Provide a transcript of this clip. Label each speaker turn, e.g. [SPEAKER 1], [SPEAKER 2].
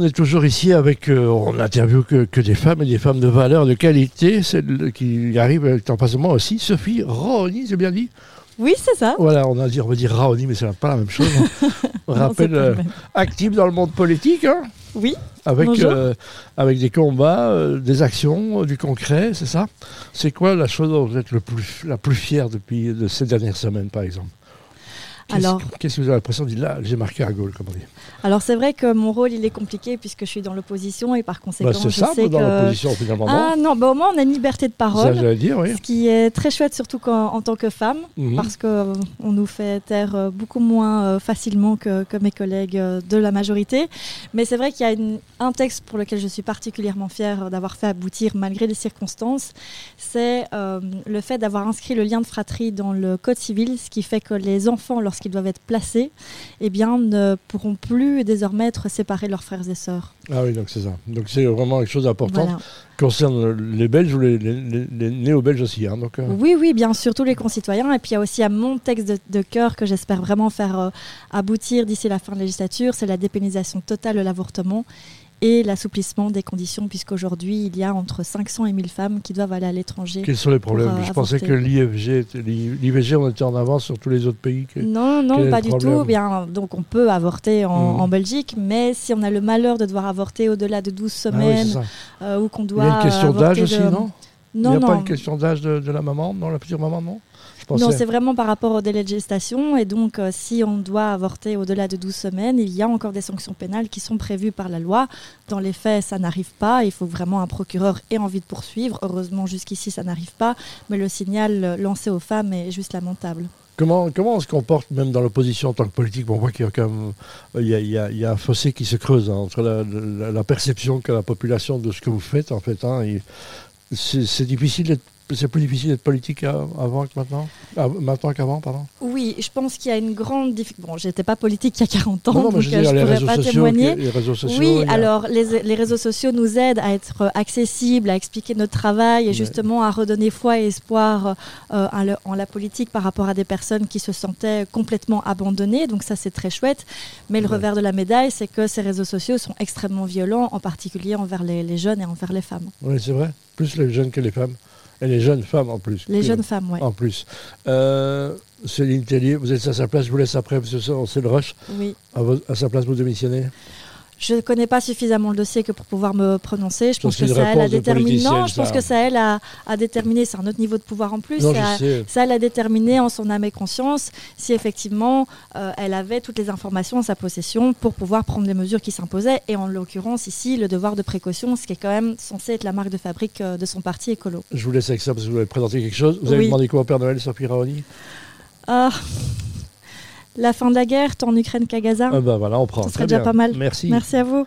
[SPEAKER 1] On est toujours ici avec, euh, on n'interviewe que, que des femmes et des femmes de valeur, de qualité, celle qui arrive avec temps passement aussi, Sophie Raoni, j'ai bien dit
[SPEAKER 2] Oui, c'est ça.
[SPEAKER 1] Voilà, on, a dit, on va dire Raoni, mais c'est pas la même chose. on
[SPEAKER 2] Non, c'est
[SPEAKER 1] rappelle,
[SPEAKER 2] pas le
[SPEAKER 1] euh,
[SPEAKER 2] même.
[SPEAKER 1] active dans le monde politique, hein,
[SPEAKER 2] Oui,
[SPEAKER 1] avec,
[SPEAKER 2] Bonjour.
[SPEAKER 1] euh, avec des combats, euh, des actions, euh, du concret, c'est ça C'est quoi la chose dont vous êtes le plus, la plus fière depuis de ces dernières semaines, par exemple Qu'est-ce-
[SPEAKER 2] Alors-
[SPEAKER 1] Qu'est-ce que vous avez l'impression de dire là, j'ai marqué à Gaulle, comme on dit
[SPEAKER 2] alors c'est vrai que mon rôle il est compliqué puisque je suis dans l'opposition et par conséquent
[SPEAKER 1] Bah, C'est
[SPEAKER 2] je sais
[SPEAKER 1] simple dans
[SPEAKER 2] que...
[SPEAKER 1] l'opposition, finalement. non
[SPEAKER 2] ah non, bah, au moins on a une liberté de
[SPEAKER 1] ça,
[SPEAKER 2] parole,
[SPEAKER 1] j'allais dire, oui.
[SPEAKER 2] ce qui est très chouette surtout qu'en- en tant que femme
[SPEAKER 1] Mhm.
[SPEAKER 2] parce que euh, on nous fait taire euh, beaucoup moins euh, facilement que, que mes collègues euh, de la majorité. Mais c'est vrai qu'il y a une- un texte pour lequel je suis particulièrement fière euh, d'avoir fait aboutir malgré les circonstances. C'est euh, le fait d'avoir inscrit le lien de fratrie dans le code civil, ce qui fait que les enfants, lorsqu'ils doivent être placés, eh bien, ne pourront plus désormais être séparés de leurs frères et sœurs.
[SPEAKER 1] Ah oui, donc c'est ça. Donc c'est vraiment quelque chose d'important
[SPEAKER 2] Voilà.
[SPEAKER 1] concerne les Belges ou les, les- les- les néo-Belges aussi. hein, donc, euh,
[SPEAKER 2] Oui, oui, bien sûr, tous les concitoyens. Et puis il y a aussi à mon texte de, de cœur que j'espère vraiment faire euh, aboutir d'ici la fin de la législature, c'est la dépénalisation totale de l'avortement et l'assouplissement des conditions, puisqu'aujourd'hui, il y a entre 500 et 1000 femmes qui doivent aller à l'étranger.
[SPEAKER 1] Quels sont les problèmes
[SPEAKER 2] euh,
[SPEAKER 1] Je pensais
[SPEAKER 2] avorter.
[SPEAKER 1] que l'IFG, était- l'I- l'IVG, on était en avance sur tous les autres pays. que-
[SPEAKER 2] Non,
[SPEAKER 1] quel est
[SPEAKER 2] non,
[SPEAKER 1] le
[SPEAKER 2] pas du
[SPEAKER 1] problème
[SPEAKER 2] tout. Bien, donc on peut avorter en,
[SPEAKER 1] Mhm.
[SPEAKER 2] en Belgique, mais si on a le malheur de devoir avorter au-delà de 12
[SPEAKER 1] Ah oui, c'est
[SPEAKER 2] semaines
[SPEAKER 1] ça.
[SPEAKER 2] euh, ou
[SPEAKER 1] Il
[SPEAKER 2] qu'on
[SPEAKER 1] y
[SPEAKER 2] doit...
[SPEAKER 1] a une question
[SPEAKER 2] euh,
[SPEAKER 1] d'âge
[SPEAKER 2] avorter
[SPEAKER 1] aussi,
[SPEAKER 2] de-
[SPEAKER 1] non Il n'y
[SPEAKER 2] Non,
[SPEAKER 1] a pas
[SPEAKER 2] non.
[SPEAKER 1] une question d'âge de, de la maman, non, la future maman, non Je pensais.
[SPEAKER 2] Non, c'est vraiment par rapport au délai de gestation. Et donc, euh, si on doit avorter au-delà de 12 semaines, il y a encore des sanctions pénales qui sont prévues par la loi. Dans les faits, ça n'arrive pas. Il faut vraiment un procureur ait envie de poursuivre. Heureusement, jusqu'ici, ça n'arrive pas. Mais le signal euh, lancé aux femmes est juste lamentable.
[SPEAKER 1] Comment, comment on se comporte, même dans l'opposition en tant que politique Bon, On voit qu'il y a quand même il y a, il y a- il y a un fossé qui se creuse hein, entre la, la- la perception que la population de ce que vous faites, en fait. hein, et c'est c'est difficile d'être- C'est plus difficile d'être politique à- avant que maintenant Ah, Maintenant qu'avant, pardon
[SPEAKER 2] Oui, je pense qu'il y a une grande difficulté. Bon, j'étais pas politique il y a 40 ans,
[SPEAKER 1] Non, non,
[SPEAKER 2] donc
[SPEAKER 1] mais je veux
[SPEAKER 2] euh,
[SPEAKER 1] dire,
[SPEAKER 2] je ne
[SPEAKER 1] les,
[SPEAKER 2] pourrais
[SPEAKER 1] réseaux
[SPEAKER 2] pas
[SPEAKER 1] sociaux,
[SPEAKER 2] témoigner.
[SPEAKER 1] les réseaux sociaux.
[SPEAKER 2] Oui,
[SPEAKER 1] il y a-
[SPEAKER 2] alors les, les réseaux sociaux nous aident à être euh, accessibles, à expliquer notre travail
[SPEAKER 1] Ouais.
[SPEAKER 2] et justement à redonner foi et espoir euh, à le- en la politique par rapport à des personnes qui se sentaient complètement abandonnées. Donc ça, c'est très chouette. Mais le
[SPEAKER 1] Ouais.
[SPEAKER 2] revers de la médaille, c'est que ces réseaux sociaux sont extrêmement violents, en particulier envers les, les jeunes et envers les femmes.
[SPEAKER 1] Oui, c'est vrai. Plus les jeunes que les femmes. Et les jeunes femmes en plus.
[SPEAKER 2] Les
[SPEAKER 1] Que-
[SPEAKER 2] jeunes femmes, ouais.
[SPEAKER 1] En plus. Euh, Céline Tellier, vous êtes à sa place, je vous laisse après, parce que ça, c'est le rush.
[SPEAKER 2] Oui.
[SPEAKER 1] À, vo- à sa place, vous démissionnez
[SPEAKER 2] Je ne connais pas suffisamment le dossier que pour pouvoir me prononcer.
[SPEAKER 1] Ça,
[SPEAKER 2] Je pense
[SPEAKER 1] c'est
[SPEAKER 2] que
[SPEAKER 1] une
[SPEAKER 2] ça, elle
[SPEAKER 1] réponse
[SPEAKER 2] a
[SPEAKER 1] de
[SPEAKER 2] déterminé.
[SPEAKER 1] politicienne,
[SPEAKER 2] Non, je pense
[SPEAKER 1] ça.
[SPEAKER 2] que ça, elle a, a déterminé. C'est un autre niveau de pouvoir en plus.
[SPEAKER 1] Non,
[SPEAKER 2] C'est à-
[SPEAKER 1] je sais.
[SPEAKER 2] Ça, elle a déterminé en son âme et conscience si effectivement euh, elle avait toutes les informations en sa possession pour pouvoir prendre les mesures qui s'imposaient. Et en l'occurrence, ici, le devoir de précaution, ce qui est quand même censé être la marque de fabrique euh, de son parti écolo.
[SPEAKER 1] Je vous laisse avec ça parce que vous avez présenté quelque chose. Vous avez
[SPEAKER 2] Oui.
[SPEAKER 1] demandé quoi au Père Noël, Sophie Raoni
[SPEAKER 2] Ah, la fin de la guerre, tant en Ukraine qu'à Gaza.
[SPEAKER 1] Ah ben voilà, on prend.
[SPEAKER 2] Ce
[SPEAKER 1] Très
[SPEAKER 2] serait déjà
[SPEAKER 1] bien.
[SPEAKER 2] pas mal.
[SPEAKER 1] Merci.
[SPEAKER 2] Merci à vous.